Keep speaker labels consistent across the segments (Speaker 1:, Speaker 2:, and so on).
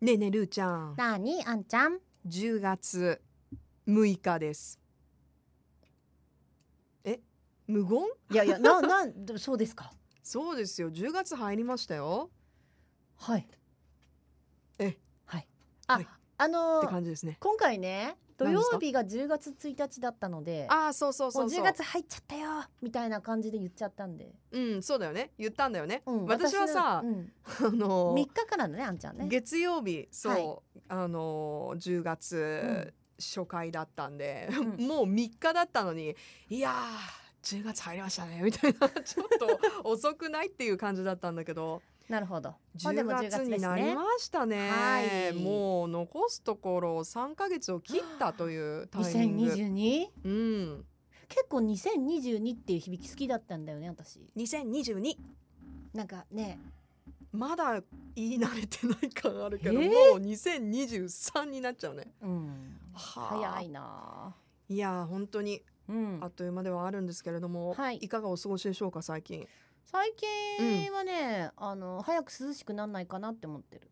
Speaker 1: ねえねえルーちゃん
Speaker 2: なあにあんちゃん
Speaker 1: 10月6日ですえ無言
Speaker 2: いやいやななそうですか
Speaker 1: そうですよ10月入りましたよ
Speaker 2: はい
Speaker 1: え
Speaker 2: はいあ、
Speaker 1: はい
Speaker 2: あの
Speaker 1: って
Speaker 2: ー
Speaker 1: 感じですね
Speaker 2: 今回ね土
Speaker 1: 何ですか
Speaker 2: 曜日が10月1日だったので
Speaker 1: ああそうそうそう
Speaker 2: もう
Speaker 1: そう
Speaker 2: 10月入っちゃったよみたいな感じで言っちゃったんで、
Speaker 1: うんそうだよね言ったんだよね、
Speaker 2: うん
Speaker 1: 私はさ
Speaker 2: 私、のうん
Speaker 1: あの
Speaker 2: 3日からのねあんちゃんね
Speaker 1: 月曜日そう、
Speaker 2: はい
Speaker 1: あのー10
Speaker 2: ん
Speaker 1: 月初回だったんで、
Speaker 2: う
Speaker 1: もう3日だったのにいやー10月入りましたねみたいな ちょっと遅くないっていう感じだったんだけど
Speaker 2: なるほどまあで
Speaker 1: 10
Speaker 2: も
Speaker 1: 月になりましたね
Speaker 2: はい
Speaker 1: もう残すところ3ヶ月を切ったというタイミング、
Speaker 2: 2022
Speaker 1: うん、
Speaker 2: 結構2022っていう響き好きだったんだよね私
Speaker 1: 2022
Speaker 2: なんかね
Speaker 1: まだ言い慣れてない感あるけど、
Speaker 2: えー
Speaker 1: もう2023になっちゃうね
Speaker 2: うん
Speaker 1: はあ
Speaker 2: 早いなあ
Speaker 1: いやー本当に
Speaker 2: うん
Speaker 1: あっという間ではあるんですけれども、
Speaker 2: はい
Speaker 1: い、かがお過ごしでしょうか最近
Speaker 2: 最近はね、あの早く涼しくなんないかなって思ってる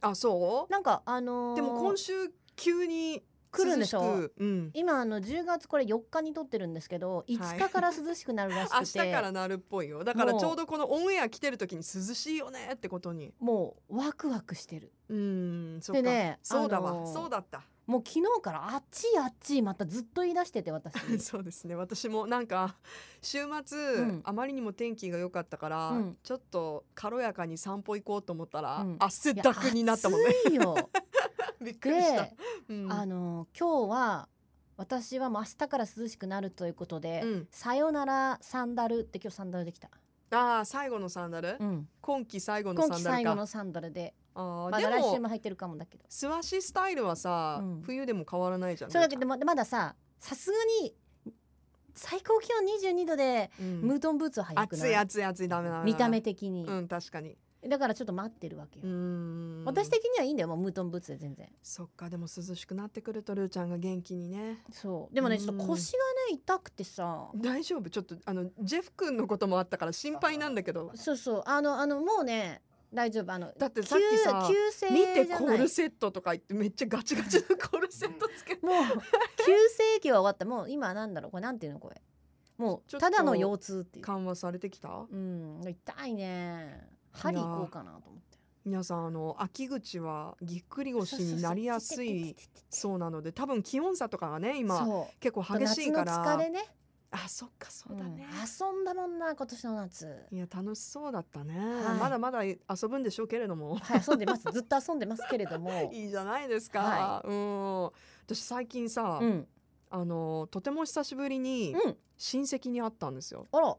Speaker 1: あそう
Speaker 2: なんかあのー
Speaker 1: でも今週急に
Speaker 2: 来るんでしょ
Speaker 1: 涼くうん、
Speaker 2: 今あの10月これ4日に撮ってるんですけど5日から涼しくなるらし
Speaker 1: 明
Speaker 2: く
Speaker 1: 日
Speaker 2: て、
Speaker 1: からなるっぽいよだから
Speaker 2: もう
Speaker 1: ちょうどこのオンエア来てる時に涼しいよねってことに
Speaker 2: もうワクワクしてる
Speaker 1: うんそっか
Speaker 2: でね
Speaker 1: そうだわ、
Speaker 2: あのー
Speaker 1: そうだった
Speaker 2: もう昨日からあっちいあっちいまたずっと言い出して て私
Speaker 1: そうですね私もなんか 週末、
Speaker 2: うん
Speaker 1: あまりにも天気が良かったから、
Speaker 2: うん
Speaker 1: ちょっと軽やかに散歩行こうと思ったら、
Speaker 2: うん
Speaker 1: 汗だくになったもんね
Speaker 2: いや暑いよ
Speaker 1: びっくりした
Speaker 2: で、、
Speaker 1: うん、
Speaker 2: あの今日は私はもう明日から涼しくなるということで、
Speaker 1: うん
Speaker 2: さよならサンダルって今日サンダルできた、
Speaker 1: あー最後のサンダル、
Speaker 2: うん、
Speaker 1: 今季最後の
Speaker 2: 今
Speaker 1: サ
Speaker 2: 季
Speaker 1: ンダル
Speaker 2: 最後
Speaker 1: か
Speaker 2: のサンダルで
Speaker 1: あー
Speaker 2: ま
Speaker 1: で
Speaker 2: だ来週
Speaker 1: も
Speaker 2: も入ってるかもだけど
Speaker 1: 素足スタイルはさ、
Speaker 2: うん
Speaker 1: 冬でも変わらないじゃん
Speaker 2: そうだけどままだささすがに最高気温22度で
Speaker 1: うん
Speaker 2: ムートンブーツは履くな
Speaker 1: 暑い暑い暑いダメダメダメ
Speaker 2: 見た目的に、
Speaker 1: うん確かに
Speaker 2: だからちょっと待ってるわけ
Speaker 1: う
Speaker 2: よ、
Speaker 1: ん
Speaker 2: 私的にはいいんだよもうムートンブーツで全然
Speaker 1: そっかでも涼しくなってくるとルーちゃんが元気にね
Speaker 2: そうでもね
Speaker 1: うん
Speaker 2: ちょっと腰がね痛くてさ
Speaker 1: 大丈夫ちょっとあのジェフ君のこともあったから心配なんだけど
Speaker 2: そうそうあのあのもうね大丈夫あの
Speaker 1: だってさっきさ
Speaker 2: 急急性
Speaker 1: 見て
Speaker 2: じゃ
Speaker 1: コ
Speaker 2: ない
Speaker 1: ルセットとか言ってめっちゃガチガチのコルセットつ けて
Speaker 2: もう急性期は終わったもう今なんだろうこれなんていうのこれも
Speaker 1: ちょっと
Speaker 2: うただの腰痛っていう
Speaker 1: 緩和されてきた
Speaker 2: うん痛いね針行こうかなと思って
Speaker 1: 皆さんあの秋口はぎっくり腰になりやすい
Speaker 2: そう
Speaker 1: そうなので多分気温差とかがね今
Speaker 2: そう
Speaker 1: 結構激しいから
Speaker 2: 夏の疲れね
Speaker 1: あそっかそうだね、
Speaker 2: うん遊んだもんな今年の夏
Speaker 1: いや楽しそうだったね、
Speaker 2: はい
Speaker 1: まだまだ遊ぶんでしょうけれども
Speaker 2: はい遊んでますずっと遊んでますけれど も
Speaker 1: いいじゃないですか、
Speaker 2: は
Speaker 1: うん私最近さ、
Speaker 2: うん
Speaker 1: あのとても久しぶりに
Speaker 2: うん
Speaker 1: 親戚に会ったんですよ
Speaker 2: あら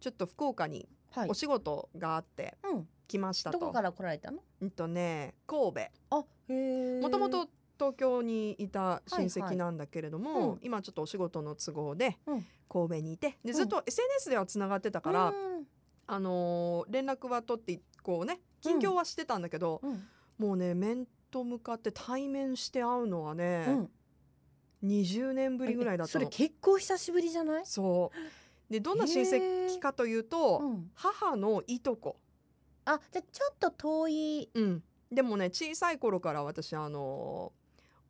Speaker 1: ちょっと福岡に
Speaker 2: はい
Speaker 1: お仕事があって
Speaker 2: うん
Speaker 1: 来ましたと、
Speaker 2: どこから来られたの
Speaker 1: うんとね神
Speaker 2: あへえ
Speaker 1: 戸もともと東京にいた親戚なんだけれども、
Speaker 2: はいはいうん
Speaker 1: 今ちょっとお仕事の都合で
Speaker 2: うん
Speaker 1: 神戸にいてで
Speaker 2: ん
Speaker 1: ずっと SNS ではつながってたから、あのー連絡は取ってこうね近況はしてたんだけど、
Speaker 2: うんうん
Speaker 1: もうね面と向かって対面して会うのはね、
Speaker 2: うん
Speaker 1: 20年ぶりぐらいだった
Speaker 2: それ
Speaker 1: の。
Speaker 2: 結構久しぶりじゃない
Speaker 1: そうでどんな親戚かというと、
Speaker 2: うん
Speaker 1: 母のいとこ、
Speaker 2: あじゃあちょっと遠い
Speaker 1: うん、でもね小さい頃から私あの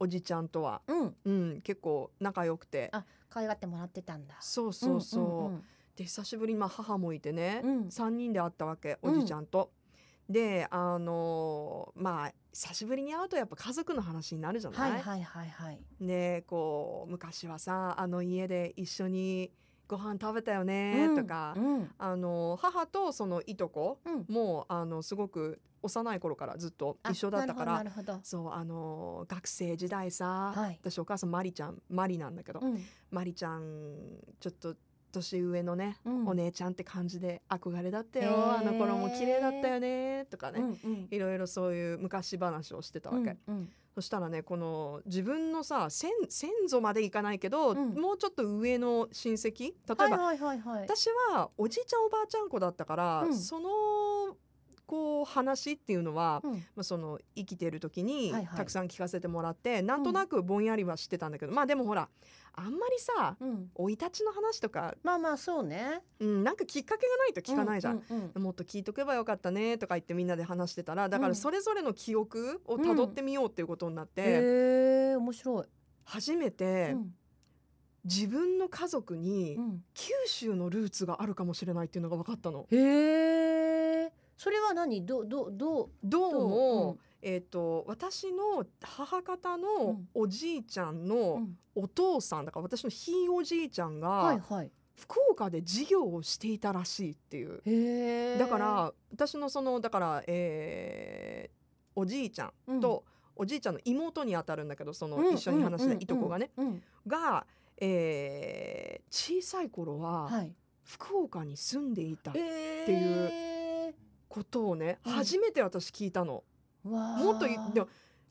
Speaker 1: おじちゃんとは、
Speaker 2: うん
Speaker 1: うん、結構仲良くて
Speaker 2: あ可愛がってもらってたんだ
Speaker 1: そうそうそう,、
Speaker 2: ん
Speaker 1: で久しぶりに、まあ、母もいてね、
Speaker 2: うんうん
Speaker 1: 3人で会ったわけおじちゃんと。であのまあ久しぶりに会うとやっぱ家族の話になるじゃない、
Speaker 2: はいはいはいはい
Speaker 1: でこう昔はさあの家で一緒にご飯食べたよね
Speaker 2: うん
Speaker 1: とか、
Speaker 2: うん
Speaker 1: あの母とそのいとこ
Speaker 2: うん
Speaker 1: もうあのすごく幼い頃からずっと
Speaker 2: あ
Speaker 1: 一緒だったから
Speaker 2: なるほどなる
Speaker 1: そうあの学生時代さ、
Speaker 2: はい
Speaker 1: 私お母さんマリちゃんマリなんだけど、
Speaker 2: ほどうん
Speaker 1: マリちゃんちょっと年上のね、
Speaker 2: うん
Speaker 1: お姉ちゃんって感じで憧れだったよ、
Speaker 2: へー
Speaker 1: あの頃も綺麗だったよねとかね、
Speaker 2: うんうん
Speaker 1: いろいろそういう昔話をしてたわけ。
Speaker 2: うんうん
Speaker 1: そしたらねこの自分のさ先先祖までいかないけど、
Speaker 2: うん
Speaker 1: もうちょっと上の親戚例えば、
Speaker 2: はいはいはいはい
Speaker 1: 私はおじいちゃんおばあちゃん子だったから、
Speaker 2: うん
Speaker 1: そのこう話っていうのは、
Speaker 2: うん
Speaker 1: まあ、その生きてる時に
Speaker 2: はいはい
Speaker 1: たくさん聞かせてもらって、なんとなくぼんやりはしてたんだけど、まあでもほらあんまりさ
Speaker 2: うん、
Speaker 1: 生い立ちの話とか、
Speaker 2: まあまあそうね
Speaker 1: うん、なんかきっかけがないと聞かないじゃん。
Speaker 2: うんうんうん
Speaker 1: もっと聞いとけばよかったねとか言ってみんなで話してたらだか
Speaker 2: う
Speaker 1: ら
Speaker 2: ん
Speaker 1: それぞれの記憶をたどってみようっていうことになって、
Speaker 2: へえ面白い、
Speaker 1: 初めて
Speaker 2: うん
Speaker 1: 自分の家族に
Speaker 2: うん、
Speaker 1: 九州のルーツがあるかもしれないっていうのが分かったの。
Speaker 2: へえそれは何どどどう
Speaker 1: ど
Speaker 2: ど
Speaker 1: う
Speaker 2: う
Speaker 1: も、えー、と私の母方
Speaker 2: う
Speaker 1: の
Speaker 2: ん
Speaker 1: おじいちゃん
Speaker 2: うんう
Speaker 1: の
Speaker 2: ん
Speaker 1: お父さんだから私のひいおじいちゃん
Speaker 2: はい
Speaker 1: が
Speaker 2: はい
Speaker 1: 福岡で事業をしていたらしいっていう。
Speaker 2: へえ
Speaker 1: だから私のそのだから、えーおじいちゃんと、おじいちゃんの妹にあたるんだけどその一緒に話したいとこがね、、
Speaker 2: うんうんうん
Speaker 1: が、えー小さい頃
Speaker 2: うん
Speaker 1: は
Speaker 2: はい
Speaker 1: 福岡に住んでいた
Speaker 2: って
Speaker 1: いうことをね、
Speaker 2: うん
Speaker 1: 初めて私聞いたの。
Speaker 2: わあ
Speaker 1: もっといでも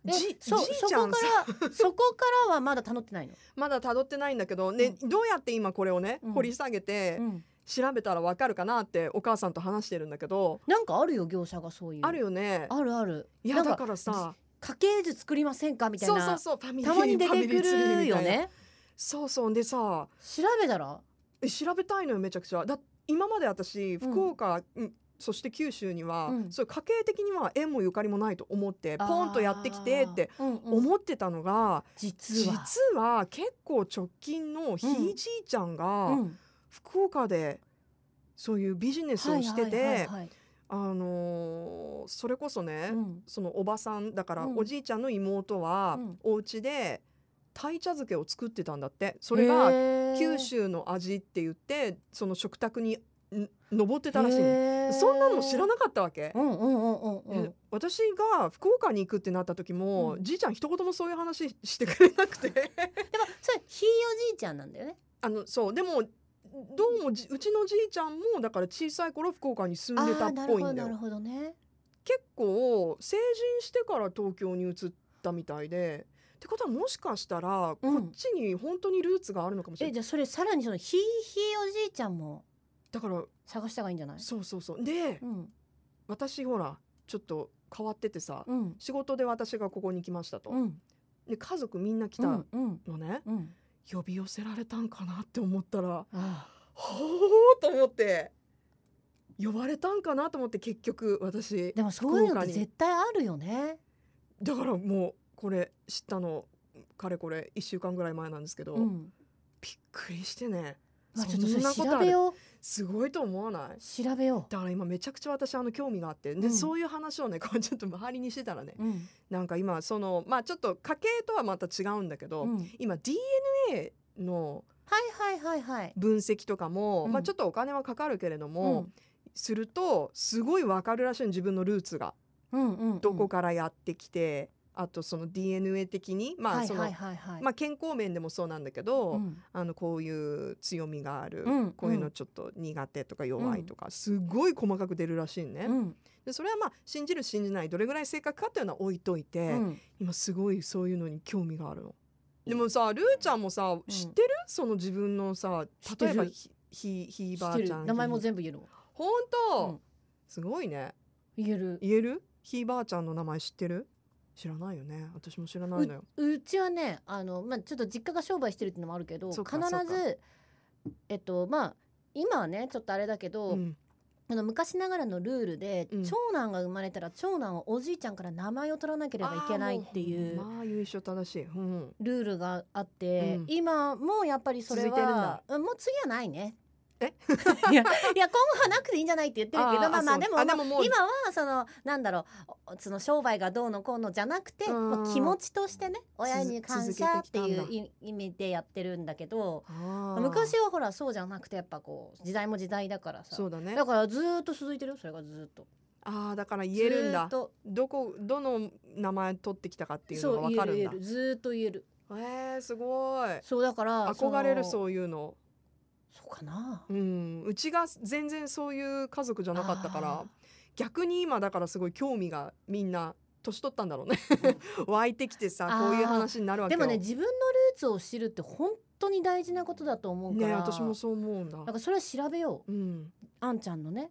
Speaker 2: え
Speaker 1: じじいち
Speaker 2: そ
Speaker 1: ゃんさ
Speaker 2: そこからそこからはまだ頼ってないの、
Speaker 1: まだ辿ってないんだけど、ねどうやって今これをね
Speaker 2: うん
Speaker 1: 掘り下げて調べたらわかるかなってお母さんと話してるんだけど、
Speaker 2: なんかあるよ業者がそういう
Speaker 1: あるよね。
Speaker 2: あるある
Speaker 1: い
Speaker 2: な
Speaker 1: や
Speaker 2: んか
Speaker 1: だからさ
Speaker 2: 家系図作りませんかみたい
Speaker 1: そう
Speaker 2: な
Speaker 1: そうそうファミリー
Speaker 2: たまに出
Speaker 1: ファミ
Speaker 2: て
Speaker 1: リー
Speaker 2: く
Speaker 1: ツリーみた
Speaker 2: る
Speaker 1: いな
Speaker 2: よね
Speaker 1: そうそうでさ
Speaker 2: 調べたら
Speaker 1: え調べたいのよめちゃくちゃだ今まで私
Speaker 2: うん
Speaker 1: 福岡、うんそして九州には、
Speaker 2: うん
Speaker 1: そういう家系的には縁もゆかりもないと思ってポンとやってきてって
Speaker 2: あー、うんうん
Speaker 1: 思ってたのが、
Speaker 2: 実は
Speaker 1: 実は結構直近のひいじいちゃん
Speaker 2: う
Speaker 1: が
Speaker 2: ん
Speaker 1: 福岡でそういうビジネスをして
Speaker 2: はいはいはい
Speaker 1: て
Speaker 2: はい
Speaker 1: あのーそれこそね、
Speaker 2: うん
Speaker 1: そのおばさんだから、
Speaker 2: うん
Speaker 1: おじいちゃんの妹は、
Speaker 2: うん
Speaker 1: お家で鯛茶漬けを作ってたんだってそれが
Speaker 2: へー
Speaker 1: 九州の味って言ってその食卓にん上ってたらしいの
Speaker 2: へー
Speaker 1: そんなの知らなかったわけ
Speaker 2: う、んうんうんうんうん
Speaker 1: え私が福岡に行くってなった時も、
Speaker 2: うん
Speaker 1: じいちゃん一言もそういう話してくれなくて
Speaker 2: でもそれひいおじいちゃんなんだよね
Speaker 1: あのそうでもどうもじうちのじいちゃんもだから小さい頃福岡に住んでた
Speaker 2: あ
Speaker 1: っ
Speaker 2: ーな
Speaker 1: ぽ
Speaker 2: るほ
Speaker 1: い
Speaker 2: ど
Speaker 1: んだ
Speaker 2: なる
Speaker 1: よ
Speaker 2: ほどね
Speaker 1: 結構成人してから東京に移ったみたいでってことはもしかしたら、
Speaker 2: うん
Speaker 1: こっちに本当にルーツがあるのかもしれな
Speaker 2: え
Speaker 1: い
Speaker 2: じゃあそれさらにそのひいひいおじいちゃんも
Speaker 1: だから
Speaker 2: 探した方がいいんじゃない
Speaker 1: そうそうそうで
Speaker 2: うん
Speaker 1: 私ほらちょっと変わっててさ、
Speaker 2: うん
Speaker 1: 仕事で私がここに来ましたと、
Speaker 2: うん
Speaker 1: で家族みんな来
Speaker 2: う
Speaker 1: た
Speaker 2: んうん
Speaker 1: のね、
Speaker 2: うん
Speaker 1: 呼び寄せられたんかなって思ったら
Speaker 2: あ
Speaker 1: ほーと思って呼ばれたんかなと思って結局私
Speaker 2: でもそういう
Speaker 1: 福
Speaker 2: の
Speaker 1: 岡
Speaker 2: って
Speaker 1: に
Speaker 2: 絶対あるよね
Speaker 1: だからもうこれ知ったのかれこれ1週間ぐらい前なんですけど、
Speaker 2: うん
Speaker 1: びっくりしてね
Speaker 2: まあちょっとそ
Speaker 1: そ
Speaker 2: れ
Speaker 1: んなこと
Speaker 2: 調
Speaker 1: ある
Speaker 2: べよう
Speaker 1: すごいと思わない
Speaker 2: 調べよ
Speaker 1: だから今めちゃくちゃ私あの興味があってで、
Speaker 2: うん
Speaker 1: そういう話をねこうちょっと周りにしてたらね
Speaker 2: ううん
Speaker 1: なんか今そのまあちょっと家系とはまた違うんだけど、
Speaker 2: うん
Speaker 1: 今 DNA の
Speaker 2: はいはいはいはい
Speaker 1: 分析とかも、
Speaker 2: うん
Speaker 1: まあちょっとお金はかかるけれど
Speaker 2: う
Speaker 1: も、
Speaker 2: ん
Speaker 1: するとすごいわかるらしいの自分のルーツが
Speaker 2: うんうん
Speaker 1: どこからやってきて、あとその DNA 的にまあその、
Speaker 2: はいはいはいはい
Speaker 1: まあ健康面でもそうなんだけど、
Speaker 2: うん
Speaker 1: あのこういう強みがある、
Speaker 2: うん
Speaker 1: こういう
Speaker 2: う
Speaker 1: の
Speaker 2: ん
Speaker 1: ちょっと苦手とか弱いとか、すごい細かく出るらしいね、
Speaker 2: うん
Speaker 1: でそれはまあ信じる信じないどれぐらい正確かっていうのは置いといて、
Speaker 2: うん
Speaker 1: 今すごいそういうのに興味があるの。でもさルーちゃんもさ知ってる、その自分のさ
Speaker 2: 知って
Speaker 1: 例
Speaker 2: る
Speaker 1: えばひひひい
Speaker 2: 知
Speaker 1: ば
Speaker 2: っ
Speaker 1: あ
Speaker 2: て
Speaker 1: ちゃ
Speaker 2: る
Speaker 1: ん
Speaker 2: 名前も
Speaker 1: ひい
Speaker 2: 全部言えるもん
Speaker 1: 本当、
Speaker 2: うん
Speaker 1: すごいね
Speaker 2: 言える
Speaker 1: 言えるひいばあちゃんの名前知ってる知らないよね私も知らないのよ
Speaker 2: うちはねあの、まあ、ちょっと実家が商売してるってのもあるけど
Speaker 1: そ
Speaker 2: 必
Speaker 1: うか
Speaker 2: ずえっとまあ今はねちょっとあれだけど、
Speaker 1: うん
Speaker 2: あの昔ながらのルールで、
Speaker 1: うん
Speaker 2: 長男が生まれたら長男はおじいちゃんから名前を取らなければいけないっていう
Speaker 1: あーもうまあ由緒正しい、うん、
Speaker 2: ルールがあって、
Speaker 1: うん
Speaker 2: 今もうやっぱりそれ
Speaker 1: 続いてるん
Speaker 2: は
Speaker 1: だ
Speaker 2: うんもう次はないね。
Speaker 1: え
Speaker 2: いやいや今後はなくていいんじゃないって言ってるけど
Speaker 1: あー
Speaker 2: まあまあ
Speaker 1: そう
Speaker 2: でも
Speaker 1: あでももう
Speaker 2: 今はそのなんだろうおその商売がどうのこうのじゃなくて、
Speaker 1: うん
Speaker 2: まあ、気持ちとしてね親に感謝ってい
Speaker 1: 続けてきたん
Speaker 2: う
Speaker 1: だ
Speaker 2: い意味でやってるんだけど
Speaker 1: あー
Speaker 2: 昔はほらそうじゃなくてやっぱこう時代も時代だからさ
Speaker 1: そうだね
Speaker 2: だからずーっと続いてるよそれがずーっと
Speaker 1: あーだから言えるん
Speaker 2: ずー
Speaker 1: だ
Speaker 2: っと
Speaker 1: どこどの名前取ってきたかっていうのが
Speaker 2: そう
Speaker 1: わ
Speaker 2: 言
Speaker 1: か
Speaker 2: え
Speaker 1: る
Speaker 2: る
Speaker 1: ん
Speaker 2: 言え
Speaker 1: だ
Speaker 2: るずーっと言える
Speaker 1: えー、すごい
Speaker 2: そうだから
Speaker 1: 憧れる
Speaker 2: その
Speaker 1: そういうの
Speaker 2: そうかな
Speaker 1: うんうちが全然そういう家族じゃなかったから逆に今だからすごい興味がみんな年取ったんだろうね 湧いてきてさ
Speaker 2: あー
Speaker 1: こういう話になる
Speaker 2: あ
Speaker 1: わ
Speaker 2: ー
Speaker 1: け
Speaker 2: で
Speaker 1: よ
Speaker 2: もね自分のルーツを知るって本当に大事なことだと思うから、
Speaker 1: ね私もそう思うんだ
Speaker 2: なんかそれは調べよう
Speaker 1: うん
Speaker 2: あんちゃんのね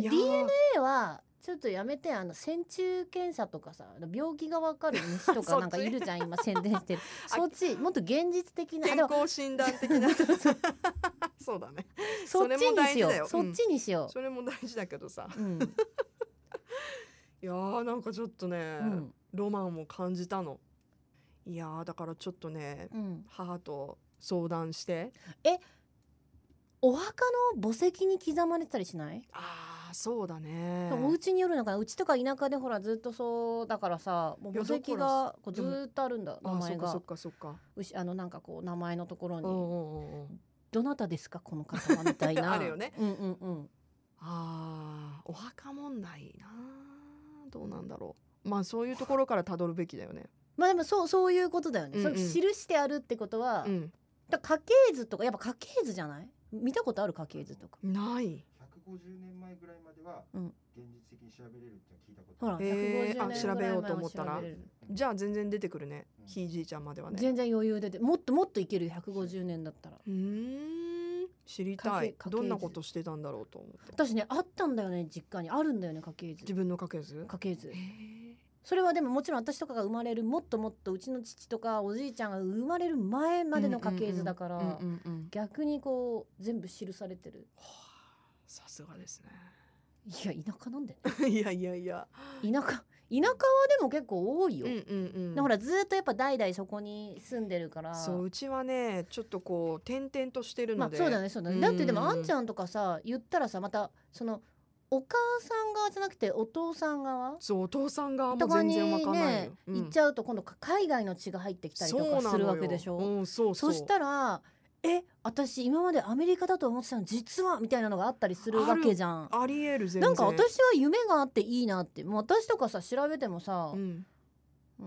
Speaker 1: いや
Speaker 2: DNA はちょっとやめてあの線虫検査とかさあの病気がわかる虫と
Speaker 1: そっ
Speaker 2: か
Speaker 1: ち
Speaker 2: なんかいるじゃん今宣伝してる
Speaker 1: あ
Speaker 2: そっちもっと現実的なあ
Speaker 1: 健
Speaker 2: でも
Speaker 1: 康診断的 な そうだね
Speaker 2: そっちにし
Speaker 1: それも大
Speaker 2: よ
Speaker 1: 事だよ
Speaker 2: うそっちにしよ
Speaker 1: それも大事だけどさ
Speaker 2: う、うん
Speaker 1: いやーなんかちょっとね、
Speaker 2: うん
Speaker 1: ロマンを感じたのいやーだからちょっとね、
Speaker 2: うん、
Speaker 1: 母と相談して
Speaker 2: お墓の墓石に刻まれてたりしない
Speaker 1: あーそうだね
Speaker 2: お家によるのかなうちとか田舎でほらずっとそうだからさもう
Speaker 1: いや
Speaker 2: 墓石がこう
Speaker 1: だ
Speaker 2: ず
Speaker 1: から
Speaker 2: ーっとあるんだ
Speaker 1: あ
Speaker 2: 名
Speaker 1: ーそ
Speaker 2: 前
Speaker 1: っかそ
Speaker 2: が
Speaker 1: っかそっか
Speaker 2: うしあのなんかこう名前のところ
Speaker 1: うん
Speaker 2: に
Speaker 1: うんうんうん
Speaker 2: 「どなたですかこの方は」みたい な
Speaker 1: あるよね
Speaker 2: うんうんうん
Speaker 1: あーお墓問題などうなんだろうまあそういうところから辿るべきだよね
Speaker 2: まあでもそうそういうことだよね、
Speaker 1: うんうん
Speaker 2: そう記してあるってことは、
Speaker 1: うん
Speaker 2: だから家系図とかやっぱ家系図じゃない見たことある家系図とか
Speaker 1: ない
Speaker 3: 150年前ぐらいまでは
Speaker 2: うん
Speaker 3: 現実的に調べれるって聞いたこと
Speaker 2: ほら、
Speaker 3: ある
Speaker 1: へー
Speaker 2: 150年
Speaker 1: あ調べようと思ったら
Speaker 2: ぐい前は調べれる
Speaker 1: じゃあ全然出てくるね
Speaker 3: うん
Speaker 1: ひいじいちゃんまではね
Speaker 2: 全然余裕でてもっともっといけるよ150年だったら
Speaker 1: うーん知りた
Speaker 2: 家
Speaker 1: い
Speaker 2: 系家系図
Speaker 1: どんなことしてたんだろうと思って
Speaker 2: 私ねあったんだよね実家にあるんだよね家系図
Speaker 1: 自分の家系図
Speaker 2: 家系図
Speaker 1: へー
Speaker 2: それはでももちろん私とかが生まれるもっともっとうちの父とかおじいちゃんが生まれる前までの家系図だから、
Speaker 1: うんうんうん
Speaker 2: 逆にこう全部記されてる
Speaker 1: さすがですね
Speaker 2: いや田舎なんで ね
Speaker 1: いやいやいや
Speaker 2: 田舎田舎はでも結構多いよ、
Speaker 1: うんうんうん
Speaker 2: だからずっとやっぱ代々そこに住んでるから
Speaker 1: そううちはねちょっとこう転々としてるの
Speaker 2: まあ
Speaker 1: で、
Speaker 2: そうだねそうだね
Speaker 1: うん
Speaker 2: だってでもあんちゃんとかさ言ったらさまたそのお母さん側じゃなくてお父さん側
Speaker 1: そうお父さん側も
Speaker 2: とか
Speaker 1: 全
Speaker 2: に
Speaker 1: 然わかんない
Speaker 2: ね
Speaker 1: よ、
Speaker 2: 行っちゃうと今度か海外の血が入ってきたりとかするわけでしょ
Speaker 1: そうなのようん、そうそ
Speaker 2: そうしたらえ私今までアメリカだと思ってたの実はみたいなのがあったりするわけじゃん。
Speaker 1: ありえる全然
Speaker 2: なんか私は夢があっていいなってもう私とかさ調べてもさ、う
Speaker 1: うん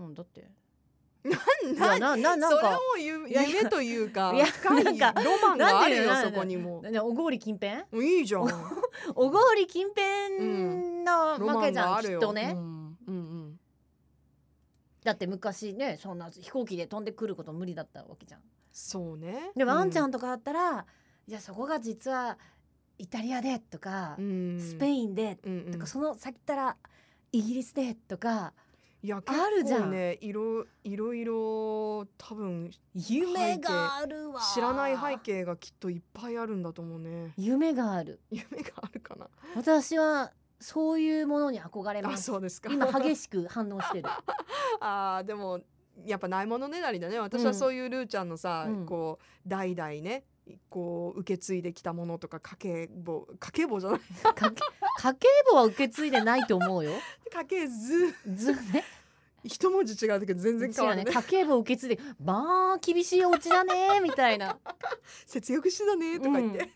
Speaker 1: ん、
Speaker 2: だってい
Speaker 1: な
Speaker 2: やなななん
Speaker 1: それを
Speaker 2: か
Speaker 1: ゆ
Speaker 2: いやいや
Speaker 1: 夢というか
Speaker 2: いや
Speaker 1: 深い
Speaker 2: なんか
Speaker 1: ロマンがあるよ
Speaker 2: なんでなんで
Speaker 1: そこにも
Speaker 2: なおごり近辺
Speaker 1: もういい じゃんロ
Speaker 2: おごり近辺なわ
Speaker 1: マ
Speaker 2: け
Speaker 1: ン
Speaker 2: じゃん、
Speaker 1: がある
Speaker 2: き
Speaker 1: よ
Speaker 2: っとね、
Speaker 1: うんうん
Speaker 2: だって昔ねそんな飛行機で飛んでくること無理だったわけじゃん
Speaker 1: そうね
Speaker 2: でもあんちゃ
Speaker 1: うん
Speaker 2: とかだったら、いやそこが実はイタリアでとか、
Speaker 1: ん、
Speaker 2: スペ
Speaker 1: ン、
Speaker 2: インで
Speaker 1: うんうん
Speaker 2: とかその先ったらイギリスでとか
Speaker 1: いや
Speaker 2: あるじゃ
Speaker 1: 結構
Speaker 2: ん
Speaker 1: ねいろいろいろ多分
Speaker 2: 夢があるわ
Speaker 1: 知らない背景がきっといっぱいあるんだと思うね
Speaker 2: 夢がある
Speaker 1: 夢があるかな
Speaker 2: 私はそういうものに憧れま
Speaker 1: あ
Speaker 2: す
Speaker 1: そうですか
Speaker 2: 今激しく反応してる
Speaker 1: あーでもやっぱないものねだりだね私
Speaker 2: う
Speaker 1: は
Speaker 2: ん
Speaker 1: そういうルーちゃんのさ、
Speaker 2: うん
Speaker 1: こう代々ねこう受け継いできたものとか家計簿家計簿じゃない
Speaker 2: かけ家計簿は受け継いでないと思うよ
Speaker 1: 家計図
Speaker 2: ずね
Speaker 1: 一文字違うだけど全
Speaker 2: う
Speaker 1: 然
Speaker 2: ち
Speaker 1: 変わ
Speaker 2: ら
Speaker 1: るね
Speaker 2: ね家計簿受け継いでまあ厳しいお家だねみたいな
Speaker 1: 節約してたね とか言って、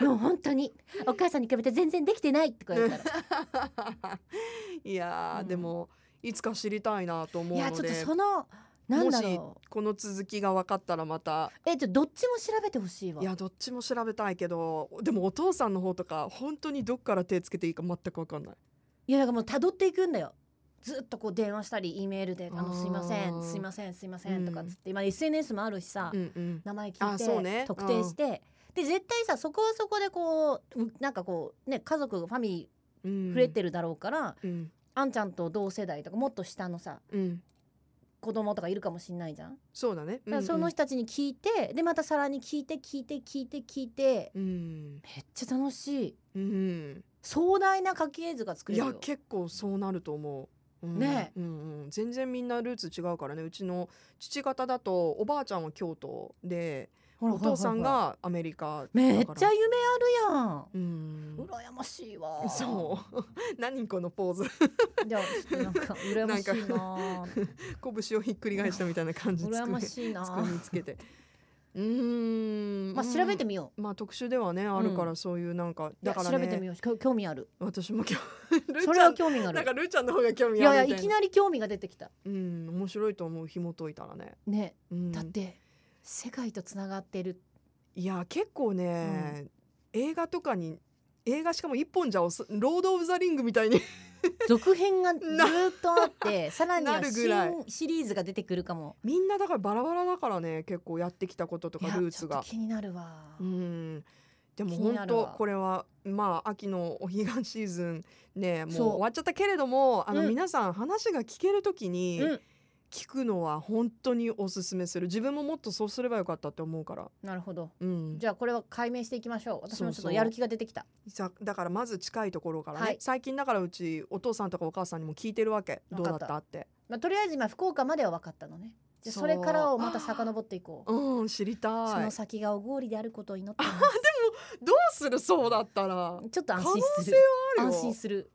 Speaker 2: うん、もう本当にお母さんに比べて全然できてないとか言ったら
Speaker 1: いやー、
Speaker 2: うん
Speaker 1: でもいつか知り たいなと思
Speaker 2: いうやち
Speaker 1: の
Speaker 2: ょっと
Speaker 1: で
Speaker 2: そのなんだろ
Speaker 1: この続きが分かったらまた
Speaker 2: うえちょっとどっちも調べてほしいわ
Speaker 1: いやどっちも調べたいけどでもお父さんの方とか本当にどっから手つけていいか全く分かんない
Speaker 2: いやだからもう辿っていくんだよずっとこう電話したり E メールで「あの
Speaker 1: あー
Speaker 2: すいませんすいませんすいません」とかっつって、今 SNS もあるしさ、
Speaker 1: うんうん
Speaker 2: 名前
Speaker 1: あそ
Speaker 2: 聞いうて、
Speaker 1: ね
Speaker 2: 特定してで絶対さそこはそこでこううなんかこうね家族ファミ
Speaker 1: うん
Speaker 2: リー触れてるだろうから、
Speaker 1: うん
Speaker 2: あんちゃんと同世代とかもっと下のさ
Speaker 1: うん
Speaker 2: 子供とかいるかもしんないじゃん。
Speaker 1: そうだね
Speaker 2: だからその人たちに聞いて、でまたさらに聞いて聞いて聞いて聞いて
Speaker 1: うん
Speaker 2: めっちゃ楽しい
Speaker 1: うん、うん
Speaker 2: 壮大な家系図が作
Speaker 1: い
Speaker 2: れる
Speaker 1: や
Speaker 2: よ。
Speaker 1: 結構そうなると思う、うん、
Speaker 2: ね
Speaker 1: うんうん、全然みんなルーツ違うからねうちの父方だとおばあちゃんは京都で
Speaker 2: ほら
Speaker 1: お父さん
Speaker 2: ほらほら
Speaker 1: がアメリカ
Speaker 2: め
Speaker 1: だ
Speaker 2: っ
Speaker 1: から
Speaker 2: ちゃ夢あるやん。
Speaker 1: うん
Speaker 2: 羨ましいわ
Speaker 1: そう 何このポーズ
Speaker 2: じゃあちょっとなんか羨ましいなあ
Speaker 1: 拳をひっくり返したみたいな感じつく
Speaker 2: 羨ましいなあ
Speaker 1: 机につけて うーん
Speaker 2: まあ調べてみよ
Speaker 1: まあ特集ではねあるか
Speaker 2: う
Speaker 1: らそういうなんか、
Speaker 2: うい
Speaker 1: だ
Speaker 2: や
Speaker 1: から
Speaker 2: 調べてみ
Speaker 1: ね
Speaker 2: ようきょ興味ある
Speaker 1: 私も今 日ルー
Speaker 2: そ
Speaker 1: ち
Speaker 2: れ
Speaker 1: ゃ
Speaker 2: は
Speaker 1: ん
Speaker 2: 興味が
Speaker 1: な
Speaker 2: あ
Speaker 1: ん
Speaker 2: る
Speaker 1: かルーちゃんの方が興味
Speaker 2: い
Speaker 1: あるみた
Speaker 2: や
Speaker 1: い
Speaker 2: い
Speaker 1: な
Speaker 2: やいきなり興味が出てきた
Speaker 1: うん面白いと思う紐解いたらね、
Speaker 2: ね
Speaker 1: うん、
Speaker 2: だって世界とつながってる
Speaker 1: いや結構ね、映画とかに映画しかも一本じゃおすロード・オブ・ザ・リングみたいに
Speaker 2: 続編がずーっとあ ってさらに
Speaker 1: な
Speaker 2: は
Speaker 1: るぐらい
Speaker 2: 新シリーズが出てくるかも
Speaker 1: みんなだからバラバラだからね結構やってきたことと
Speaker 2: い
Speaker 1: か
Speaker 2: や
Speaker 1: ルー
Speaker 2: ちょ
Speaker 1: ツ
Speaker 2: っと
Speaker 1: が。
Speaker 2: 気になるわ
Speaker 1: うんでも
Speaker 2: 気に
Speaker 1: 本
Speaker 2: なるわ
Speaker 1: 当これはまあ秋のお彼岸シーズンねもう
Speaker 2: そう
Speaker 1: 終わっちゃったけれどもあの
Speaker 2: うん
Speaker 1: 皆さん話が聞けるときに
Speaker 2: うん
Speaker 1: 聞くのは本当におすすめする自分ももっとそうすればよかったって思うから、
Speaker 2: なるほど
Speaker 1: うん、
Speaker 2: じゃあこれは解明していきましょう私
Speaker 1: そ
Speaker 2: もちょっ
Speaker 1: うそ
Speaker 2: と
Speaker 1: う
Speaker 2: やる気が出てきた
Speaker 1: さだからまず近いところからね、
Speaker 2: はい
Speaker 1: 最近だからうちお父さんとかお母さんにも聞いてるわけ
Speaker 2: わ
Speaker 1: ど
Speaker 2: かっ
Speaker 1: うだ
Speaker 2: た
Speaker 1: ったって
Speaker 2: まあ、とりあえず今福岡までは分かったのねじゃあ
Speaker 1: そう
Speaker 2: それからをまた遡っていこう
Speaker 1: うん知り
Speaker 2: そ
Speaker 1: たい
Speaker 2: の
Speaker 1: ど
Speaker 2: 先がおごりであることを祈ってます
Speaker 1: うするそうだったら
Speaker 2: ちょっと安心する
Speaker 1: 可能性はあるよ
Speaker 2: 安心する